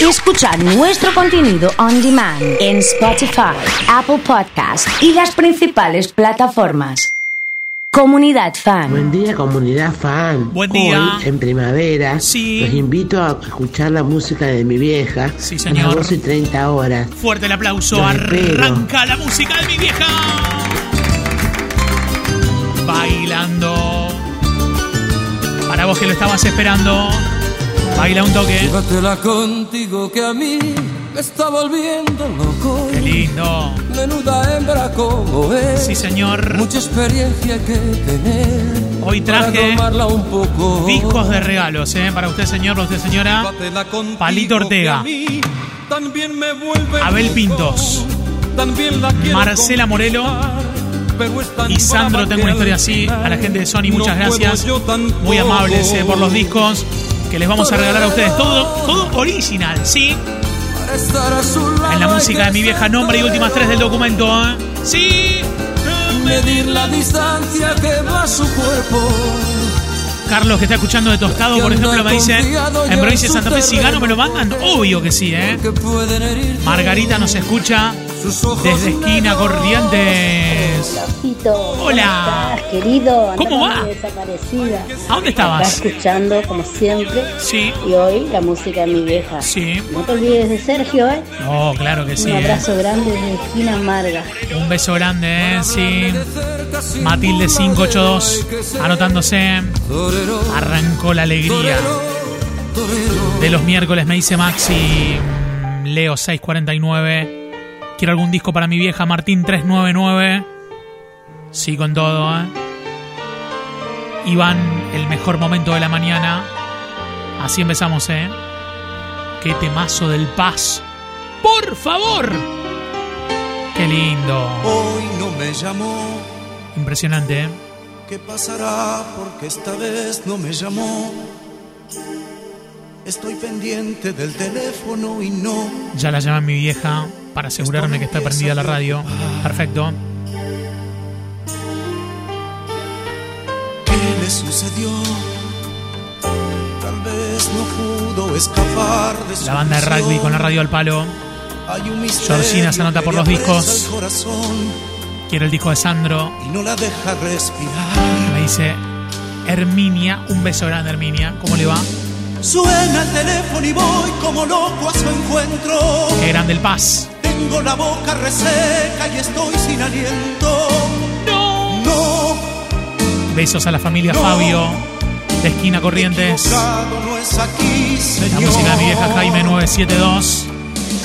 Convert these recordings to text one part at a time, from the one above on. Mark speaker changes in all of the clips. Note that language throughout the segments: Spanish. Speaker 1: y escuchar nuestro contenido on demand en Spotify, Apple Podcast y las principales plataformas. Comunidad Fan.
Speaker 2: Buen día, comunidad fan.
Speaker 3: Buen día.
Speaker 2: Hoy, en primavera,
Speaker 3: Sí.
Speaker 2: los invito a escuchar la música de mi vieja a
Speaker 3: Sí,
Speaker 2: las
Speaker 3: señor.
Speaker 2: 12 y 30 horas.
Speaker 3: Fuerte el aplauso.
Speaker 2: Lo espero.
Speaker 3: Arranca la música de mi vieja. Bailando. Para vos que lo estabas esperando. Baila un toque.
Speaker 4: Llévatela contigo que a mí me está volviendo loco.
Speaker 3: Qué lindo.
Speaker 4: Menuda hembra como es.
Speaker 3: Sí, señor.
Speaker 4: Mucha experiencia que tener.
Speaker 3: Hoy
Speaker 4: Para
Speaker 3: traje
Speaker 4: tomarla un poco.
Speaker 3: discos de regalos, ¿eh? Para usted, señor, para usted, señora.
Speaker 4: Llévatela contigo
Speaker 3: Palito Ortega.
Speaker 4: que a mí también me vuelve
Speaker 3: Abel
Speaker 4: loco.
Speaker 3: Pintos.
Speaker 4: También la quiero
Speaker 3: Marcela Morelo.
Speaker 4: conquistar, pero es tan
Speaker 3: Y Sandro,
Speaker 4: brava
Speaker 3: tengo
Speaker 4: que
Speaker 3: una historia
Speaker 4: al
Speaker 3: así. A la gente de Sony,
Speaker 4: final
Speaker 3: muchas
Speaker 4: no puedo
Speaker 3: gracias.
Speaker 4: yo tampoco.
Speaker 3: Muy amables eh, por los discos que les vamos a regalar a ustedes. Todo, todo original, ¿sí?
Speaker 4: Para estar a su lado
Speaker 3: En la
Speaker 4: hay
Speaker 3: música
Speaker 4: que
Speaker 3: de mi vieja,
Speaker 4: ser
Speaker 3: nombre y últimas tres del documento, ¿eh? Sí.
Speaker 4: Medir la distancia que va su cuerpo.
Speaker 3: Carlos, que está escuchando de tostado, por ejemplo, me dice: En provincia de Santa Fe, si gano, me lo mandan. Obvio que sí, ¿eh?
Speaker 4: Que pueden herir
Speaker 3: Margarita nos escucha
Speaker 4: sus ojos
Speaker 3: desde esquina
Speaker 4: negros.
Speaker 3: Corrientes.
Speaker 5: Fito,
Speaker 3: Hola.
Speaker 5: ¿cómo estás, querido? Andá
Speaker 3: ¿Cómo
Speaker 5: con
Speaker 3: va?
Speaker 5: mi Desaparecida.
Speaker 3: ¿A dónde
Speaker 5: Acá
Speaker 3: estabas?
Speaker 5: escuchando como siempre
Speaker 3: Sí.
Speaker 5: y hoy la música de mi vieja.
Speaker 3: Sí.
Speaker 5: No te olvides de Sergio, ¿eh?
Speaker 3: Oh, claro que sí.
Speaker 5: Un
Speaker 3: ¿eh?
Speaker 5: abrazo grande desde Esquina Amarga.
Speaker 3: Un beso grande, ¿eh? Sí.
Speaker 4: De cerca sin
Speaker 3: Matilde
Speaker 4: duda hay
Speaker 3: 582
Speaker 4: que
Speaker 3: anotándose.
Speaker 4: ser torero,
Speaker 3: Arrancó la alegría.
Speaker 4: torero, torero.
Speaker 3: De los miércoles me dice Maxi. mm, Leo 649. Quiero algún disco para mi vieja Martín 399. Sí, con todo, ¿eh? Iván, el mejor momento de la mañana. Así empezamos, ¿eh? Qué temazo del paz. ¡Por favor! ¡Qué lindo!
Speaker 6: Hoy no me llamó,
Speaker 3: Impresionante, ¿eh?
Speaker 6: ¿qué pasará? Porque esta vez no me llamó. Estoy pendiente del teléfono y no.
Speaker 3: Ya la llama mi vieja para asegurarme que está prendida la radio. Perfecto.
Speaker 6: ¿Qué le sucedió? Tal vez no pudo escapar de su
Speaker 3: La banda de rugby con la radio al palo.
Speaker 6: prisión. Hay un misterio
Speaker 3: Georgina se anota
Speaker 6: que
Speaker 3: por
Speaker 6: le
Speaker 3: los discos.
Speaker 6: apresa el corazón
Speaker 3: Quiero el disco de Sandro.
Speaker 6: y no la deja respirar.
Speaker 3: Me dice Herminia. Un beso grande, Herminia. ¿Cómo le va?
Speaker 6: Suena el teléfono y voy como loco a su encuentro.
Speaker 3: Qué grande el paz.
Speaker 6: Tengo la boca reseca y estoy sin aliento.
Speaker 3: ¡No!
Speaker 6: No,
Speaker 3: Besos a la familia
Speaker 6: No.
Speaker 3: Fabio. De esquina Corrientes.
Speaker 6: equivocado no es aquí,
Speaker 3: La
Speaker 6: señor.
Speaker 3: música de mi vieja Jaime 972.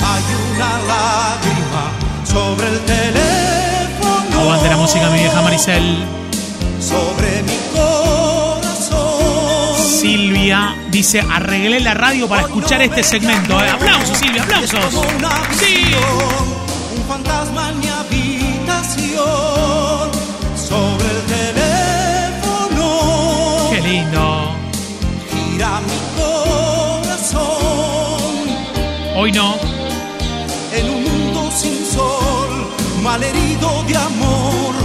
Speaker 6: Hay una lágrima sobre el teléfono.
Speaker 3: Aguante la música de mi vieja Maricel.
Speaker 6: Sobre mi corazón.
Speaker 3: Silvia dice, arreglé la radio para escuchar este segmento. Eh, Aplausos, Silvia,
Speaker 6: Es
Speaker 3: aplausos.
Speaker 6: como una
Speaker 3: Sí.
Speaker 6: visión, Un fantasma en mi habitación. Sobre el teléfono.
Speaker 3: Qué lindo.
Speaker 6: Gira mi corazón.
Speaker 3: Hoy no.
Speaker 6: en un mundo sin sol, malherido de amor,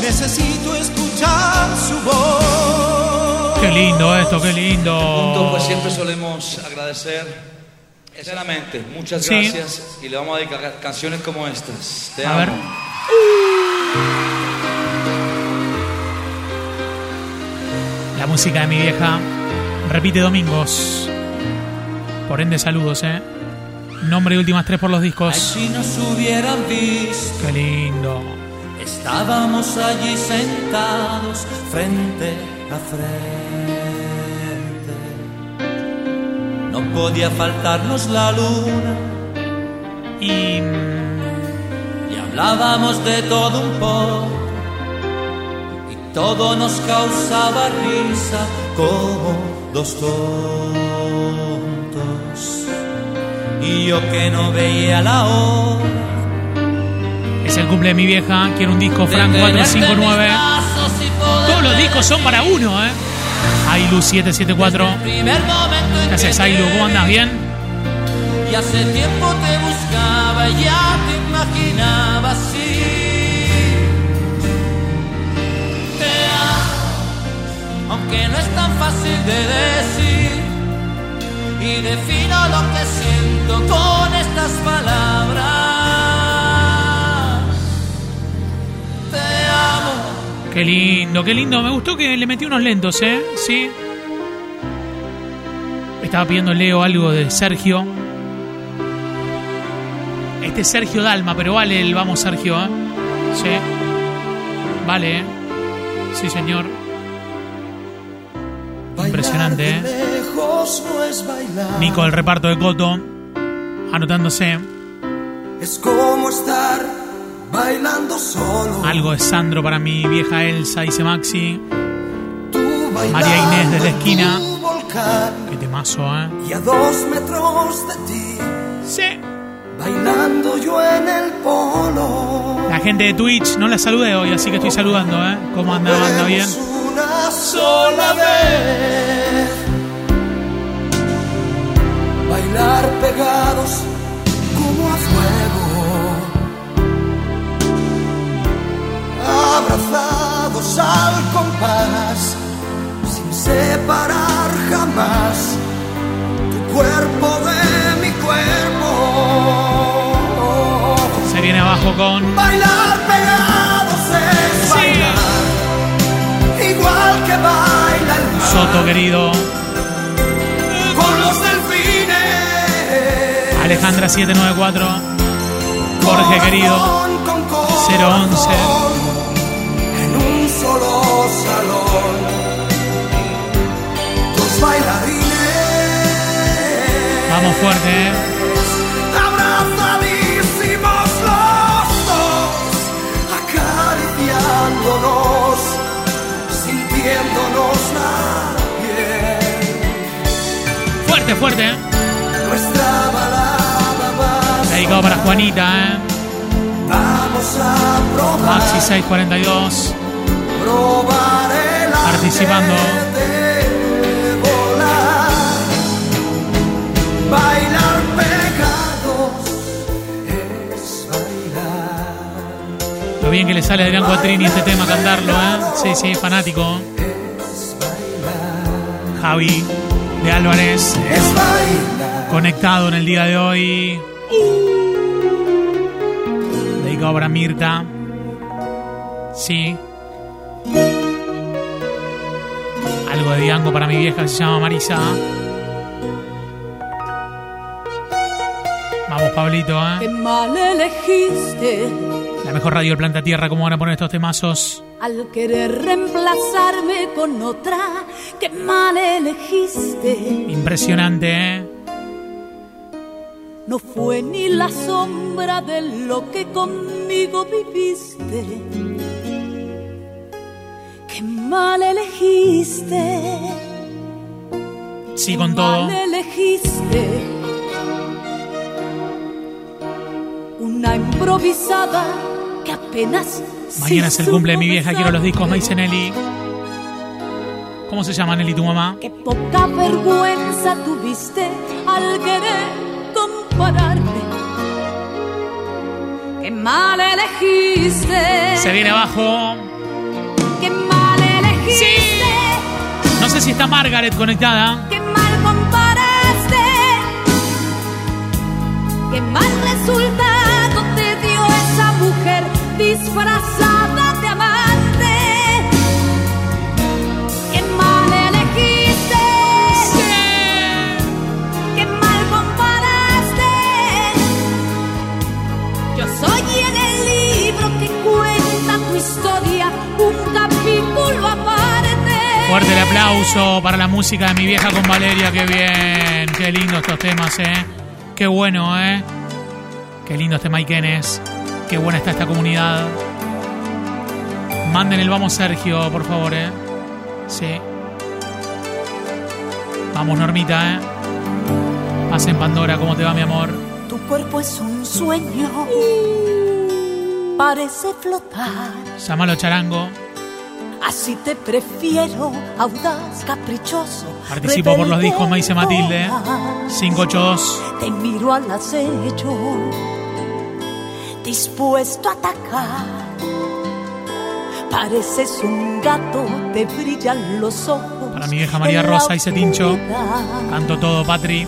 Speaker 6: necesito escuchar su voz.
Speaker 3: Qué lindo esto, qué
Speaker 7: Juntos, pues
Speaker 3: lindo.
Speaker 7: siempre solemos agradecer sinceramente. Muchas
Speaker 3: Sí.
Speaker 7: gracias y le vamos a dedicar canciones como estas. Te
Speaker 3: A ver.
Speaker 7: amo.
Speaker 3: La música de mi vieja repite domingos. Por ende, saludos, ¿eh? Nombre y últimas tres por los
Speaker 4: Ay,
Speaker 3: discos.
Speaker 4: si nos hubieran visto,
Speaker 3: Qué lindo.
Speaker 4: estábamos allí sentados frente a frente. No podía faltarnos la luna
Speaker 3: Y mm,
Speaker 4: y hablábamos de todo un poco. Y todo nos causaba risa como dos tontos. Y yo que no veía la hora.
Speaker 3: es el cumple de mi vieja. Quiero un disco Frank 459. Todos los discos son para uno, ¿eh? Ailu 774. ¿Qué haces, Ailu? ¿Cómo andas? ¿Bien?
Speaker 4: Y hace tiempo te buscaba y ya te imaginaba así. Te amo, aunque no es tan fácil de decir. Y defino lo que siento
Speaker 3: Qué lindo, qué lindo. Me gustó que le metí unos lentos, ¿eh? Sí. Estaba pidiendo Leo algo de Sergio. Este es Sergio Dalma, pero vale el vamos Sergio, ¿eh? Sí. Vale, ¿eh? Sí, señor. Impresionante, ¿eh?
Speaker 6: Lejos no es bailar.
Speaker 3: Nico del reparto de Coto. Anotándose.
Speaker 6: Es como estar bailando solo.
Speaker 3: Algo de Sandro para mi vieja Elsa, dice Maxi.
Speaker 6: Tú bailando
Speaker 3: María Inés desde la
Speaker 6: en
Speaker 3: esquina.
Speaker 6: tu volcán.
Speaker 3: Qué temazo, ¿eh?
Speaker 6: Y a dos metros de ti,
Speaker 3: Sí.
Speaker 6: bailando yo en el polo.
Speaker 3: La gente de Twitch no la saludé hoy, así que estoy saludando, ¿eh? ¿Cómo anda? ¿Anda bien?
Speaker 6: Vemos Una sola vez. Bailar pegados como a fuego. Abrazados al compás, sin separar jamás tu cuerpo de mi cuerpo.
Speaker 3: Se viene abajo con.
Speaker 6: Bailar pegados es
Speaker 3: Sí.
Speaker 6: bailar, igual que baila el mar
Speaker 3: Soto, querido.
Speaker 6: con los delfines.
Speaker 3: Alejandra794. Jorge, querido.
Speaker 6: Corazón con corazón,
Speaker 3: 011.
Speaker 6: En un solo salón, dos bailarines.
Speaker 3: Vamos fuerte, ¿eh?
Speaker 6: Abrazadísimos los dos, acariciándonos, sintiéndonos nadie.
Speaker 3: Fuerte, fuerte, ¿eh?
Speaker 6: Nuestra balada más.
Speaker 3: Dedicado para Juanita, ¿eh?
Speaker 6: Vamos a probar,
Speaker 3: Ah, Maxi642.
Speaker 6: probar el arte
Speaker 3: Participando.
Speaker 6: de volar, bailar pegados es bailar.
Speaker 3: Lo bien que le sale a Adrián Cuatrini este tema cantarlo, ¿eh? Sí, sí, fanático. Javi de Álvarez,
Speaker 6: Es bailar,
Speaker 3: conectado en el día de hoy. Dedicado para Mirta. Sí. Algo de Diango para mi vieja que se llama Marisa. Vamos, Pablito,
Speaker 8: Que
Speaker 3: ¿eh?
Speaker 8: mal elegiste
Speaker 3: La mejor radio del planeta Tierra, ¿cómo van a poner estos temazos?
Speaker 8: al querer reemplazarme con otra. Que mal elegiste.
Speaker 3: Impresionante, ¿eh?
Speaker 8: No fue ni la sombra de lo que conmigo viviste. Que mal elegiste.
Speaker 3: Sí, con todo.
Speaker 8: Mal elegiste una improvisada que apenas.
Speaker 3: Mañana
Speaker 8: si
Speaker 3: es el cumple de mi
Speaker 8: supo
Speaker 3: vieja, quiero los discos, me dice
Speaker 8: besarte.
Speaker 3: Nelly. ¿Cómo se llama Nelly tu mamá?
Speaker 8: Qué poca vergüenza tuviste al querer compararme. Qué mal elegiste.
Speaker 3: Se viene abajo.
Speaker 8: Qué mal elegiste.
Speaker 3: No sé si está Margaret conectada.
Speaker 8: Qué mal comparaste, qué mal resultado te dio esa mujer disfrazada de amante. Qué mal elegiste, qué mal comparaste. Yo soy en el libro que cuenta tu historia un capítulo aparte.
Speaker 3: Fuerte el aplauso para la música de mi vieja con Valeria. Qué bien. Qué lindo estos temas, eh. Qué bueno, eh. Qué lindo este Maikenes. Qué buena está esta comunidad. Manden el vamos Sergio, por favor, eh. Sí. Vamos, Normita, eh. Pasen Pandora, ¿cómo te va, mi amor?
Speaker 8: Tu cuerpo es un sueño,
Speaker 3: Mm.
Speaker 8: parece flotar.
Speaker 3: Llámalo charango.
Speaker 8: Así te prefiero, audaz, caprichoso.
Speaker 3: Participo por los discos, me dice Matilde. ¿eh?
Speaker 8: rebeldona.
Speaker 3: 582.
Speaker 8: Te miro al acecho, dispuesto a atacar. Pareces un gato, te brillan los ojos.
Speaker 3: Para mi vieja María
Speaker 8: en la
Speaker 3: Rosa, dice Tincho.
Speaker 8: oscuridad.
Speaker 3: Canto todo, Patri.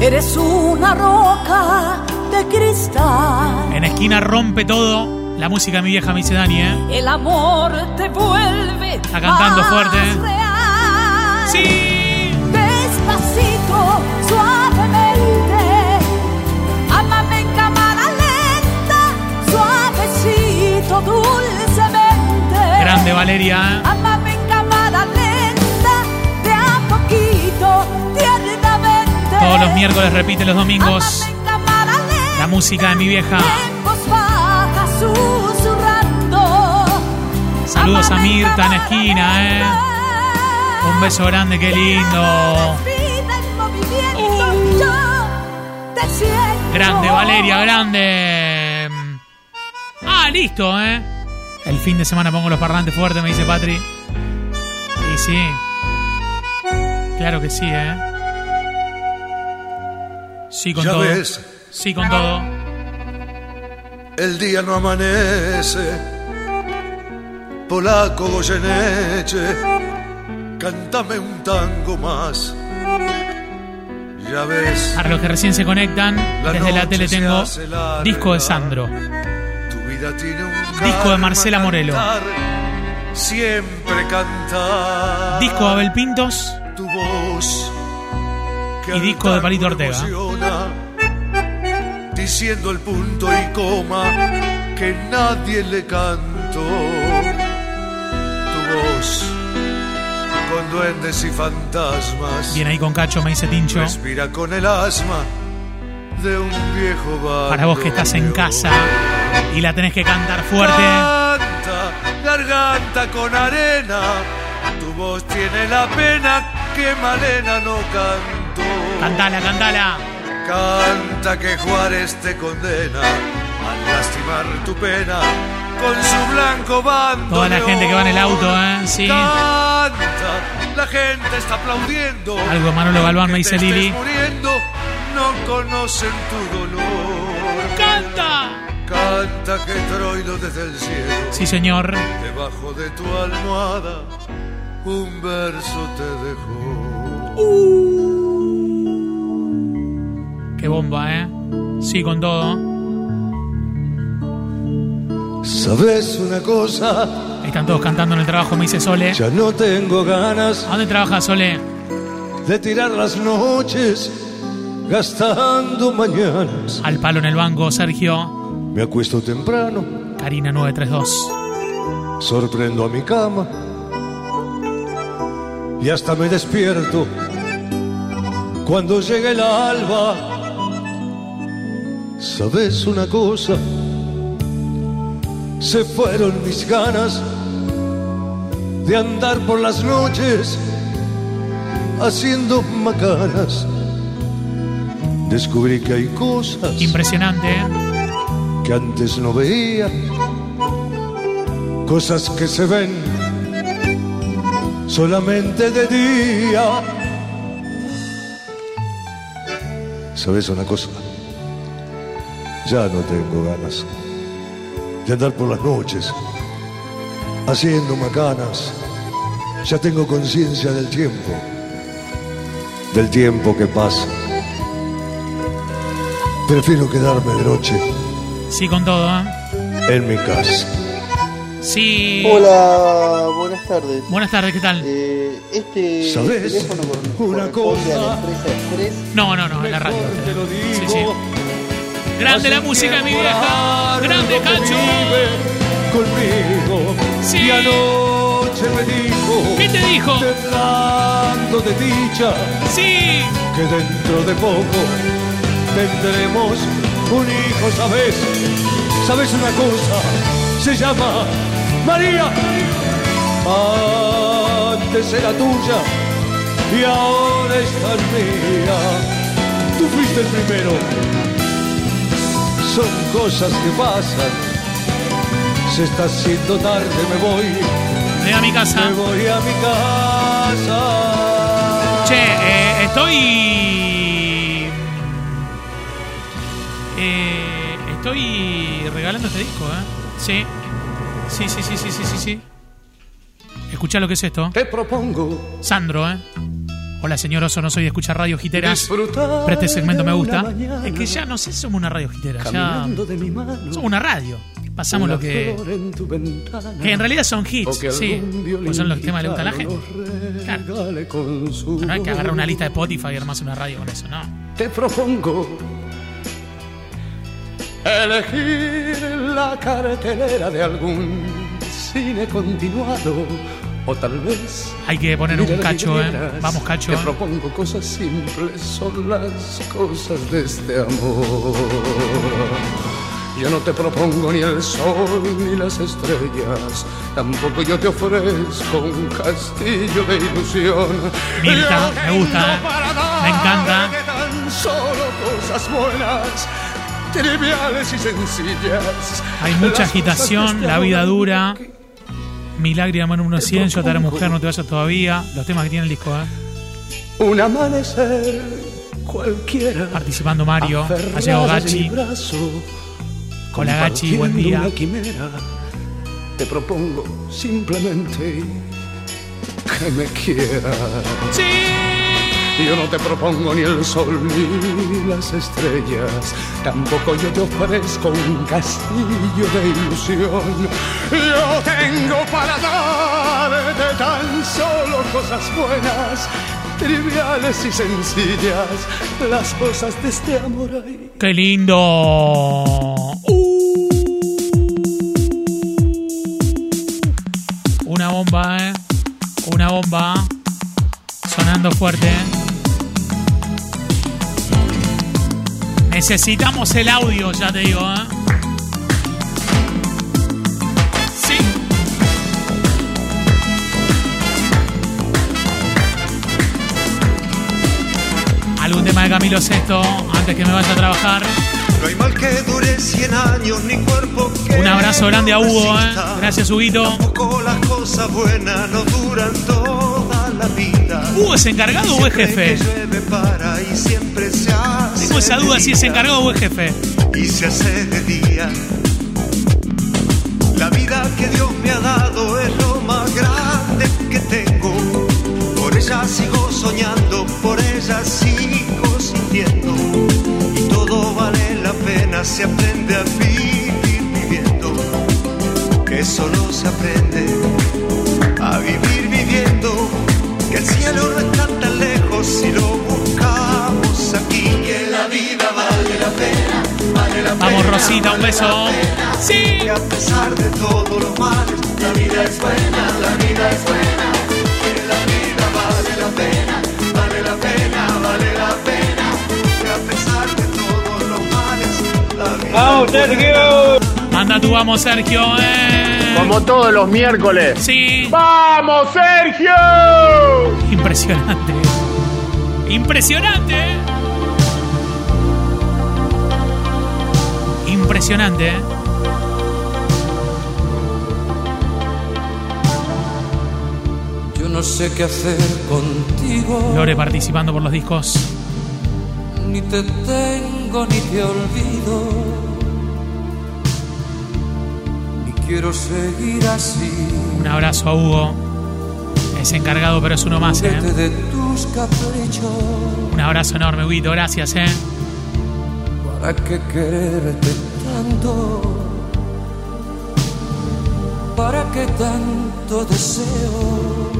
Speaker 8: Eres una roca de cristal.
Speaker 3: En esquina rompe todo. La música de mi vieja me dice Dani, ¿eh?
Speaker 8: El amor te vuelve.
Speaker 3: Está cantando
Speaker 8: más
Speaker 3: fuerte, ¿eh?
Speaker 8: real.
Speaker 3: ¡Sí!
Speaker 8: Despacito, suavemente. Amame en cámara lenta. Suavecito, dulcemente.
Speaker 3: Grande Valeria. ¿eh?
Speaker 8: Amame en cámara lenta. De a poquito, tiernamente.
Speaker 3: Todos los miércoles repite los domingos.
Speaker 8: Amame en cámara lenta.
Speaker 3: La música de mi vieja.
Speaker 8: En voz baja, susurrando.
Speaker 3: Saludos a
Speaker 8: Amame en
Speaker 3: Mirta en la
Speaker 8: cámara
Speaker 3: esquina, ¿eh?
Speaker 8: lenta.
Speaker 3: Un beso grande, qué lindo. Uh. Grande, Valeria, grande. Ah, listo, ¿eh? El fin de semana pongo los parlantes fuertes, me dice Patri. Y sí. Claro que sí, ¿eh? Sí con
Speaker 9: Ya
Speaker 3: todo.
Speaker 9: ves.
Speaker 3: Sí con todo.
Speaker 9: El día no amanece, polaco Goyeneche, cántame un tango más. Ya ves,
Speaker 3: Para los que recién se conectan,
Speaker 9: La
Speaker 3: desde la
Speaker 9: noche
Speaker 3: tele
Speaker 9: se
Speaker 3: tengo
Speaker 9: hace larga.
Speaker 3: disco de Sandro.
Speaker 9: tu vida tiene un
Speaker 3: Disco de Marcela
Speaker 9: karma
Speaker 3: Morelo.
Speaker 9: cantar, siempre cantar.
Speaker 3: Disco de Abel Pintos.
Speaker 9: tu voz que
Speaker 3: Y
Speaker 9: al
Speaker 3: disco de
Speaker 9: tango
Speaker 3: Palito
Speaker 9: me
Speaker 3: Ortega.
Speaker 9: emociona, diciendo el punto y coma que nadie le cantó tu voz con duendes y fantasmas
Speaker 3: Viene ahí con Cacho, me dice Tincho.
Speaker 9: respira con el asma de un viejo bar
Speaker 3: Para vos que estás en casa y la tenés que cantar fuerte.
Speaker 9: Garganta, garganta con arena. Tu voz tiene la pena que Malena no cantó.
Speaker 3: Cantala, cantala.
Speaker 9: Canta que Juárez te condena al lastimar tu pena con su blanco bando.
Speaker 3: Toda la gente que va en el auto, ¿eh? Sí.
Speaker 9: Canta, la gente está aplaudiendo.
Speaker 3: Algo de Manolo Galván me
Speaker 9: Que
Speaker 3: dice
Speaker 9: te estés
Speaker 3: Lili.
Speaker 9: muriendo, no conocen tu dolor.
Speaker 3: ¡Canta!
Speaker 9: Canta que troilo desde el cielo.
Speaker 3: Sí, señor.
Speaker 9: Debajo de tu almohada un verso te dejó.
Speaker 3: Qué bomba, ¿eh? Sí, con todo.
Speaker 9: ¿Sabes una cosa?
Speaker 3: Ahí están todos cantando en el trabajo, me dice Sole.
Speaker 9: Ya no tengo ganas
Speaker 3: ¿A dónde trabaja Sole?
Speaker 9: de tirar las noches gastando mañanas.
Speaker 3: Al palo en el banco, Sergio.
Speaker 9: Me acuesto temprano,
Speaker 3: Karina 932.
Speaker 9: sorprendo a mi cama y hasta me despierto cuando llega el alba. ¿Sabes una cosa? Se fueron mis ganas de andar por las noches haciendo macanas. Descubrí que hay cosas
Speaker 3: Impresionante, ¿eh?
Speaker 9: que antes no veía, cosas que se ven solamente de día. ¿Sabes una cosa? Ya no tengo ganas de andar por las noches haciendo macanas. Ya tengo conciencia del tiempo, del tiempo que pasa. Prefiero quedarme de noche
Speaker 3: Sí, con todo, ¿eh?
Speaker 9: en mi casa.
Speaker 3: Sí.
Speaker 10: Hola, buenas tardes.
Speaker 3: Buenas tardes, ¿qué tal?
Speaker 10: Eh, este
Speaker 9: ¿Sabes?
Speaker 10: teléfono cor-
Speaker 9: Una
Speaker 10: corresponde a
Speaker 9: cosa.
Speaker 10: la empresa Express.
Speaker 3: No, no, no, en la radio.
Speaker 9: Mejor te lo digo.
Speaker 3: Sí, sí. Grande la
Speaker 9: Hace
Speaker 3: música de mi
Speaker 9: tiempo
Speaker 3: vieja.
Speaker 9: largo
Speaker 3: Grande,
Speaker 9: que
Speaker 3: Cacho.
Speaker 9: vive Conmigo.
Speaker 3: Sí.
Speaker 9: Y anoche me dijo.
Speaker 3: ¿Qué te dijo?
Speaker 9: Temblando de dicha
Speaker 3: Sí.
Speaker 9: que dentro de poco tendremos un hijo, ¿sabes? ¿Sabes una cosa? Se llama María. Antes era tuya y ahora es tan mía. Tú fuiste el primero. Son cosas que pasan. Se está haciendo tarde, me voy,
Speaker 3: Me voy a mi casa.
Speaker 9: me voy a mi casa.
Speaker 3: Che, eh, estoy. Eh, estoy regalando este disco, ¿eh? Sí. Sí, sí, sí, sí, sí, sí. sí. Escuchá lo que es esto.
Speaker 9: Te propongo
Speaker 3: Sandro, ¿eh? Hola, señor Oso, no soy de escuchar radio jiteras.
Speaker 9: disfrutar.
Speaker 3: Pero este segmento me
Speaker 9: de una
Speaker 3: gusta.
Speaker 9: mañana
Speaker 3: Es que ya no sé, somos una radio jitera. Ya
Speaker 9: Caminando de mi mano.
Speaker 3: somos una radio. pasamos lo que. Que en realidad son hits, sí. Pues son los temas que le gusta a la gente. No hay que agarrar una lista de Spotify y armarse una radio con eso, no.
Speaker 11: Te propongo elegir la cartelera de algún cine continuado o tal vez
Speaker 3: Hay que poner
Speaker 11: Mira
Speaker 3: un
Speaker 11: lo
Speaker 3: cacho, eh.
Speaker 11: quieras.
Speaker 3: Vamos, cacho.
Speaker 11: Te
Speaker 3: eh.
Speaker 11: propongo cosas simples, son las cosas de este amor. Yo no te propongo ni el sol ni las estrellas, tampoco yo te ofrezco un castillo de ilusión.
Speaker 3: Mirta, me
Speaker 11: Yo
Speaker 3: gusta, eh.
Speaker 11: tengo para
Speaker 3: Me encanta.
Speaker 11: darte tan solo cosas buenas, triviales y sencillas.
Speaker 3: Hay mucha
Speaker 11: Las cosas de
Speaker 3: agitación,
Speaker 11: este
Speaker 3: la vida
Speaker 11: amor
Speaker 3: dura. Mi lágrima en unos 100, yo te haré mujer, no te vayas todavía. Los temas que tiene el disco, ¿eh?
Speaker 11: Un amanecer cualquiera.
Speaker 3: Participando Mario, ha llegado Gachi, Hola, Gachi, buen día.
Speaker 11: Compartiendo una quimera, te propongo simplemente que me quieras. Yo no te propongo ni el sol ni las estrellas, tampoco yo te ofrezco un castillo de ilusión. Yo tengo para darte tan solo cosas buenas, triviales y sencillas, las cosas de este amor ahí.
Speaker 3: ¡Qué lindo! Uh. Una bomba, ¿eh? Una bomba. Sonando fuerte. Necesitamos el audio, ya te digo, ¿eh? Sí. Algún tema de Camilo Sexto antes que me vaya a trabajar.
Speaker 6: No hay mal que dure 100 años ni cuerpo que
Speaker 3: Un abrazo grande a
Speaker 6: no
Speaker 3: Hugo, ¿eh?
Speaker 6: resista.
Speaker 3: Gracias, Huguito.
Speaker 6: Tampoco las cosas buenas no duran toda la vida.
Speaker 3: ¿Hugo es encargado o es
Speaker 6: Siempre
Speaker 3: jefe?
Speaker 6: que llueve para y siempre se hace
Speaker 3: Tengo esa
Speaker 6: de
Speaker 3: duda si es
Speaker 6: día.
Speaker 3: encargado o es jefe.
Speaker 6: Y se hace de día. La vida que Dios me ha dado es lo más grande que tengo. Por ella sigo soñando, por ella sigo sintiendo. Y todo vale la pena si aprende a vivir viviendo. Que solo se aprende a vivir viviendo. Que el cielo no está tan lejos si lo buscamos aquí. Que la vida vale la pena, vale la pena.
Speaker 3: Vamos, Rosita, un beso. Sí.
Speaker 6: Que a pesar de todos los males, la vida es buena, la vida es buena. Que la vida vale la pena, vale la pena, vale la pena. Que a pesar de todos los males, la vida
Speaker 3: ¡Vamos, Sergio! Anda tú, vamos, Sergio. eh.
Speaker 12: Como todos los miércoles.
Speaker 3: Sí.
Speaker 12: ¡Vamos, Sergio!
Speaker 3: Impresionante. Impresionante. eh. Impresionante. eh.
Speaker 13: Yo no sé qué hacer contigo.
Speaker 3: Lore participando por los discos.
Speaker 13: Ni te tengo ni te olvido. Y quiero seguir así.
Speaker 3: Un abrazo a Hugo. Es encargado, pero es uno más, eh.
Speaker 13: Juguete de tus caprichos.
Speaker 3: Un abrazo enorme, Huguito. Gracias, eh.
Speaker 13: ¿Para qué quererte tanto? ¿Para qué tanto deseo?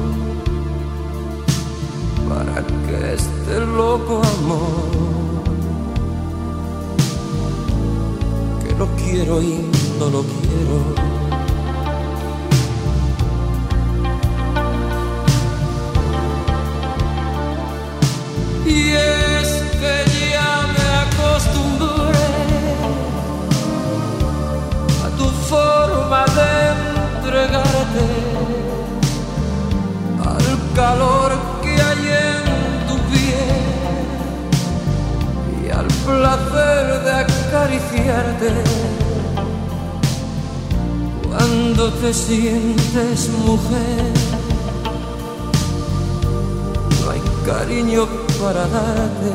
Speaker 13: ¿Para qué este loco amor? Que lo quiero y no lo quiero. Y es que ya me acostumbré a tu forma de entregarte al calor que hay en tu piel y al placer de acariciarte cuando te sientes mujer. No hay cariño para darte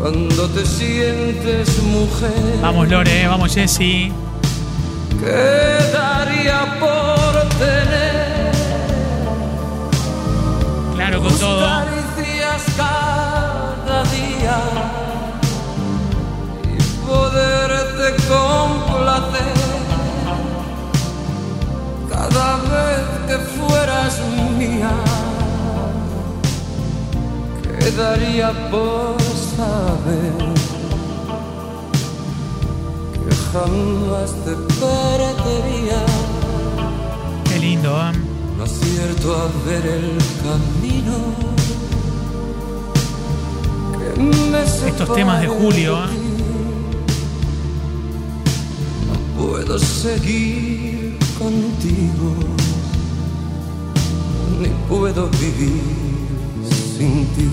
Speaker 13: cuando te sientes mujer.
Speaker 3: Vamos, Lore. eh. Vamos, Jessy.
Speaker 13: ¿Qué daría por tener
Speaker 3: Claro, con
Speaker 13: tus
Speaker 3: todo.
Speaker 13: caricias cada día y poderte conocer? daría por saber que jamás te perdería.
Speaker 3: Qué lindo, ¿eh?
Speaker 13: No acierto a ver el camino. que me
Speaker 3: Estos temas de
Speaker 13: separa
Speaker 3: Julio,
Speaker 13: de
Speaker 3: ¿eh?
Speaker 13: ti.
Speaker 3: ¿eh?
Speaker 13: No puedo seguir contigo, ni puedo vivir sin ti.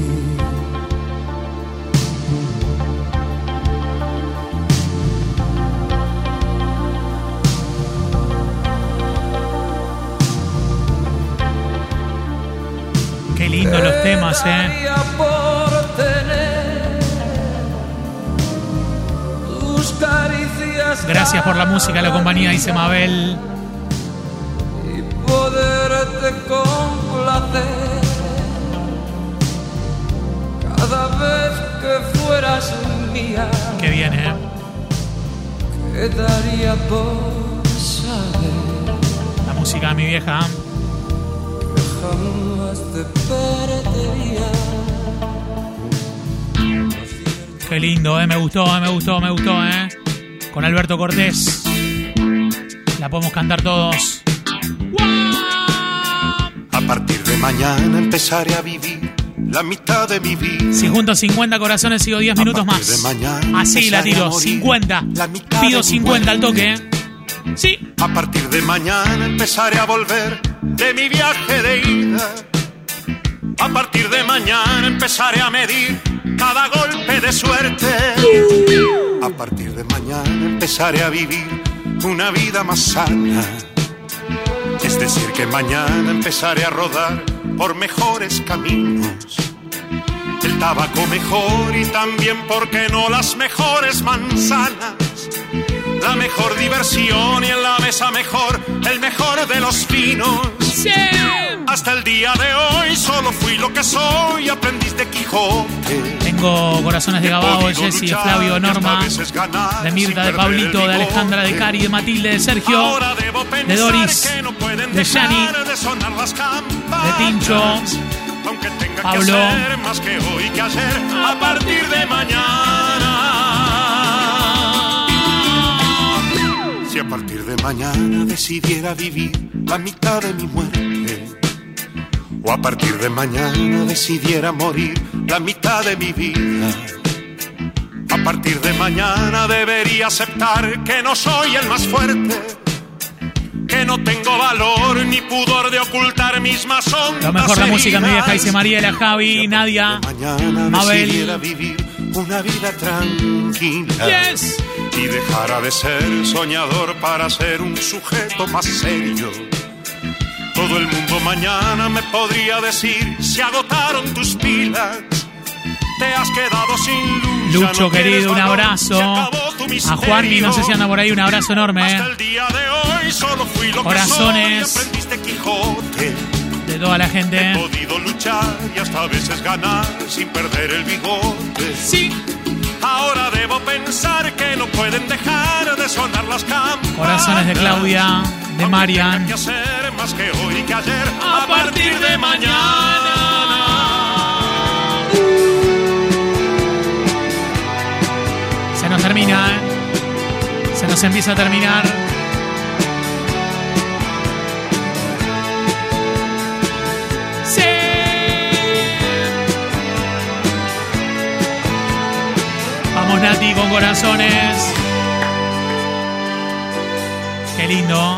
Speaker 3: Qué lindo los temas, ¿eh?
Speaker 13: Daría por tener tus caricias
Speaker 3: Gracias por la música, la compañía, dice Mabel.
Speaker 13: poderte complacer cada vez que fueras mía
Speaker 3: Qué bien, ¿eh?
Speaker 13: quedaría por saber
Speaker 3: La música de mi vieja. ¿eh?
Speaker 13: que jamás te perdería
Speaker 3: Qué lindo, ¿eh? Me gustó, ¿eh? Me gustó, me gustó, ¿eh? Con Alberto Cortés. La podemos cantar todos.
Speaker 14: A partir de mañana empezaré a vivir la mitad de mi vida.
Speaker 3: Si junto 50 corazones, sigo 10 minutos más. Así la tiro, 50. Pido 50 al toque, ¿eh? Sí.
Speaker 14: A partir de mañana empezaré a volver de mi viaje de ida. A partir de mañana empezaré a medir cada golpe de suerte. A partir de mañana empezaré a vivir una vida más sana. Es decir, que mañana empezaré a rodar por mejores caminos. El tabaco mejor y también, porque no?, las mejores manzanas. La mejor diversión y en la mesa mejor, el mejor de los vinos. Hasta el día de hoy solo fui lo que soy, aprendiz de Quijote.
Speaker 3: Tengo corazones de Gabao, de Jessy, de Flavio, de Norma, de Mirta, de Pablito, de Alejandra, de Cari, de Matilde, de Sergio, de Doris, de Yanni,
Speaker 14: Dejar de sonar las
Speaker 3: de
Speaker 14: campanas.
Speaker 3: Tincho,
Speaker 14: Aunque tenga
Speaker 3: Pablo.
Speaker 14: que hacer más que hoy que ayer, a partir de mañana. Si a partir de mañana decidiera vivir la mitad de mi muerte, o a partir de mañana decidiera morir la mitad de mi vida, a partir de mañana debería aceptar que no soy el más fuerte. Que no tengo valor ni pudor de ocultar mis más
Speaker 3: lo mejor la música de mi vieja, dice Mariela, Javi, Nadia,
Speaker 14: decidiera
Speaker 3: Mabel.
Speaker 14: vivir una vida tranquila y dejara de ser soñador para ser un sujeto más serio. Todo el mundo mañana me podría decir se agotaron tus pilas, te has quedado sin luz. ya
Speaker 3: Lucho,
Speaker 14: no tienes
Speaker 3: querido, un
Speaker 14: valor,
Speaker 3: abrazo.
Speaker 14: se acabó tu
Speaker 3: A Juanmi, no sé si anda por ahí, un abrazo enorme. eh,
Speaker 14: Hasta el día de hoy solo fui lo que
Speaker 3: Corazones.
Speaker 14: soy, aprendiste Quijote.
Speaker 3: De toda la gente.
Speaker 14: He podido luchar y hasta a veces ganar sin perder el bigote.
Speaker 3: Sí.
Speaker 14: Ahora debo pensar que no pueden dejar de sonar las campanas.
Speaker 3: Corazones de Claudia, de Marian.
Speaker 14: Que hacer más que hoy que ayer a partir de mañana.
Speaker 3: Se nos termina, ¿eh? Se nos empieza a terminar. Sí. Vamos, Nati, con corazones. Qué lindo.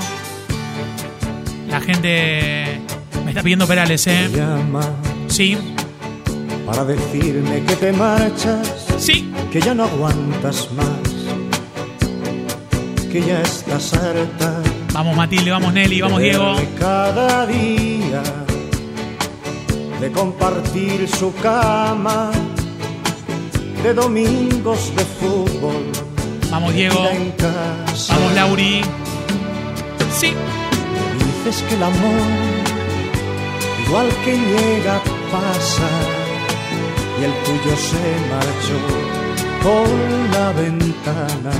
Speaker 3: La gente me está pidiendo perales, ¿eh? Sí.
Speaker 15: para decirme que te marchas,
Speaker 3: sí,
Speaker 15: que ya no aguantas más, que ya estás harta.
Speaker 3: Vamos, Matilde, vamos, Nelly, vamos,
Speaker 15: de
Speaker 3: Diego.
Speaker 15: verme Cada día de compartir su cama, de domingos de fútbol.
Speaker 3: Vamos,
Speaker 15: de
Speaker 3: Diego.
Speaker 15: vida en casa.
Speaker 3: Vamos, Lauri. Sí.
Speaker 15: Dices que el amor, igual que llega, pasa. Y el tuyo se marchó por la ventana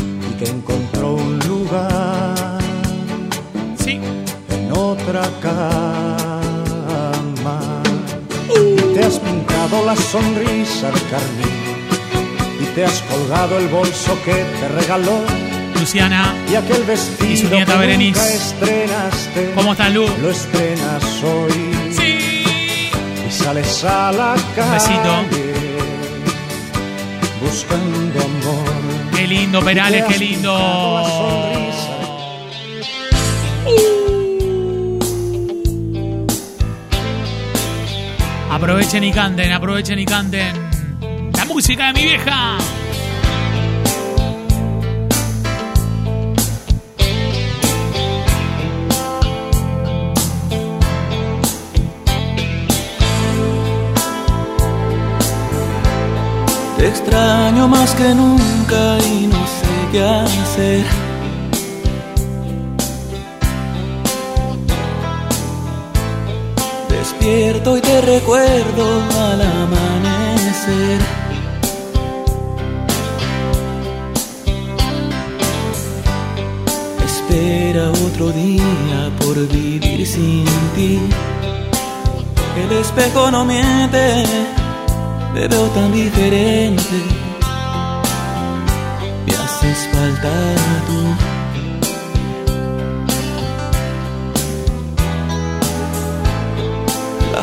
Speaker 15: y que encontró un lugar en otra cama. Y te has pintado la sonrisa de carmín y te has colgado el bolso que te regaló
Speaker 3: Luciana
Speaker 15: y aquel vestido
Speaker 3: y su nieta
Speaker 15: que nunca
Speaker 3: Berenice.
Speaker 15: estrenaste.
Speaker 3: ¿Cómo estás, Lu?
Speaker 15: Lo estrenas hoy. Y sales a la calle. Buscando amor.
Speaker 3: Qué lindo, Perales, qué lindo. Aprovechen y canten, aprovechen y canten. La música de mi vieja.
Speaker 16: Te extraño más que nunca y no sé qué hacer. Despierto y te recuerdo al amanecer. Espera otro día por vivir sin ti. El espejo no miente te veo tan diferente. Me haces falta tú. La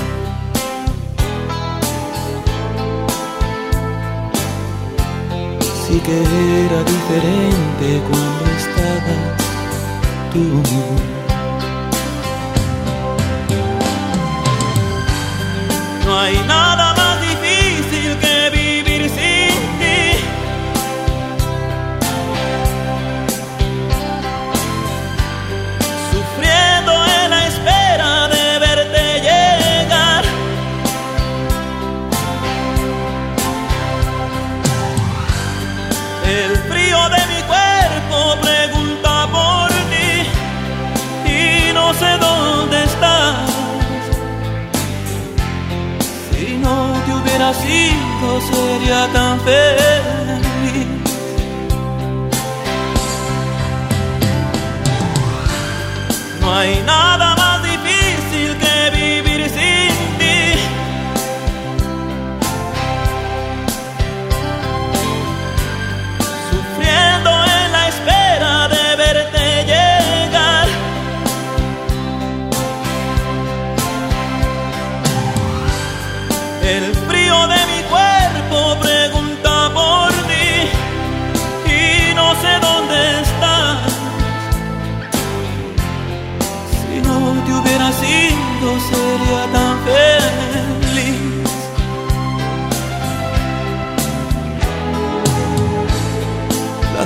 Speaker 16: Sí que era diferente cuando estabas tú. No hay nada más difícil que vivir sin ti. Sufriendo en la espera de verte llegar. El frío de mi cuerpo pregunta por ti y no sé dónde estás. Si no te hubiera sido sería tan feliz. No hay nada más difícil que vivir sin ti. Sufriendo en la espera de verte llegar. El frío de mi cuerpo pregunta por ti y no sé dónde estás. Si no te hubiera sido sería tan feliz. La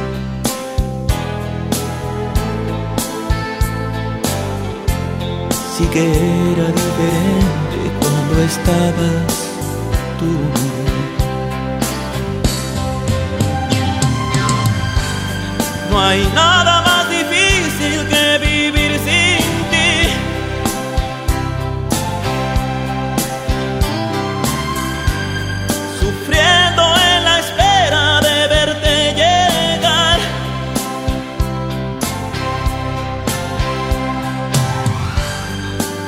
Speaker 16: Sí que era diferente cuando estabas tú. No hay nada más difícil que vivir sin ti. sufriendo en la espera de verte llegar.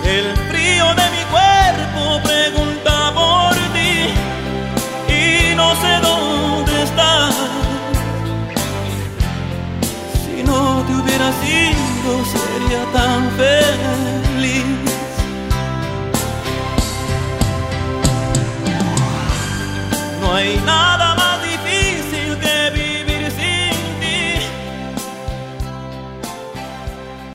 Speaker 16: El frío de mi cuerpo pregunta por ti y no sé dónde estás. Si no te hubiera sido sería tan feliz. No hay nada.